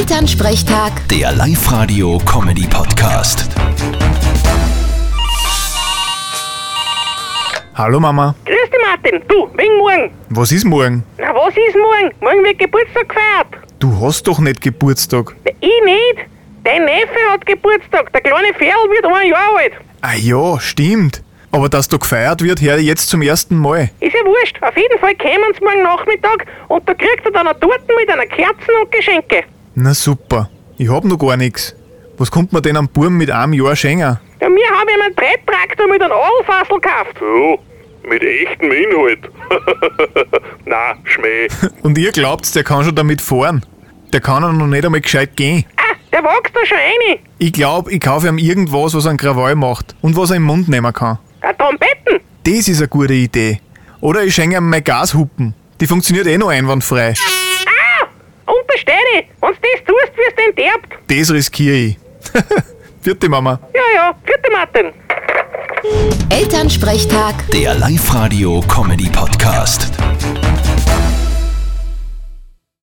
Elternsprechtag, Der Live-Radio-Comedy-Podcast. Hallo Mama, Grüß dich, Martin. Du, wegen morgen. was ist morgen? Na, was ist morgen? Morgen wird Geburtstag gefeiert. Du hast doch nicht Geburtstag. Na, Ich nicht. Dein Neffe hat Geburtstag. Der kleine Ferl wird ein Jahr alt. Ah ja, stimmt. Aber dass da gefeiert wird, höre ich jetzt zum ersten Mal. Ist ja wurscht. Auf jeden Fall kommen sie morgen Nachmittag und da kriegt er dann eine Torte mit einer Kerzen und Geschenke. Na super, ich hab noch gar nichts. Was kommt man denn am Burm mit einem Jahr schenken? Ja, mir haben ihm einen Treittraktor mit einem Adelfassel gekauft. Ja, mit echtem Inhalt. Na, Schmäh. Und ihr glaubt's, der kann schon damit fahren. Der kann ja noch nicht einmal gescheit gehen. Ah, der wächst da schon rein. Ich glaub, ich kaufe ihm irgendwas, was einen Krawall macht und was er im Mund nehmen kann. Ein Trompeten. Das ist eine gute Idee. Oder ich schenke ihm meine Gashupen. Die funktioniert eh noch einwandfrei. Ah, unterstehe dich. Wenn du das tust, wirst du enterbt. Das riskiere ich. Vierte Mama. Ja, ja. Vierte Martin. Elternsprechtag. Der Live-Radio-Comedy-Podcast.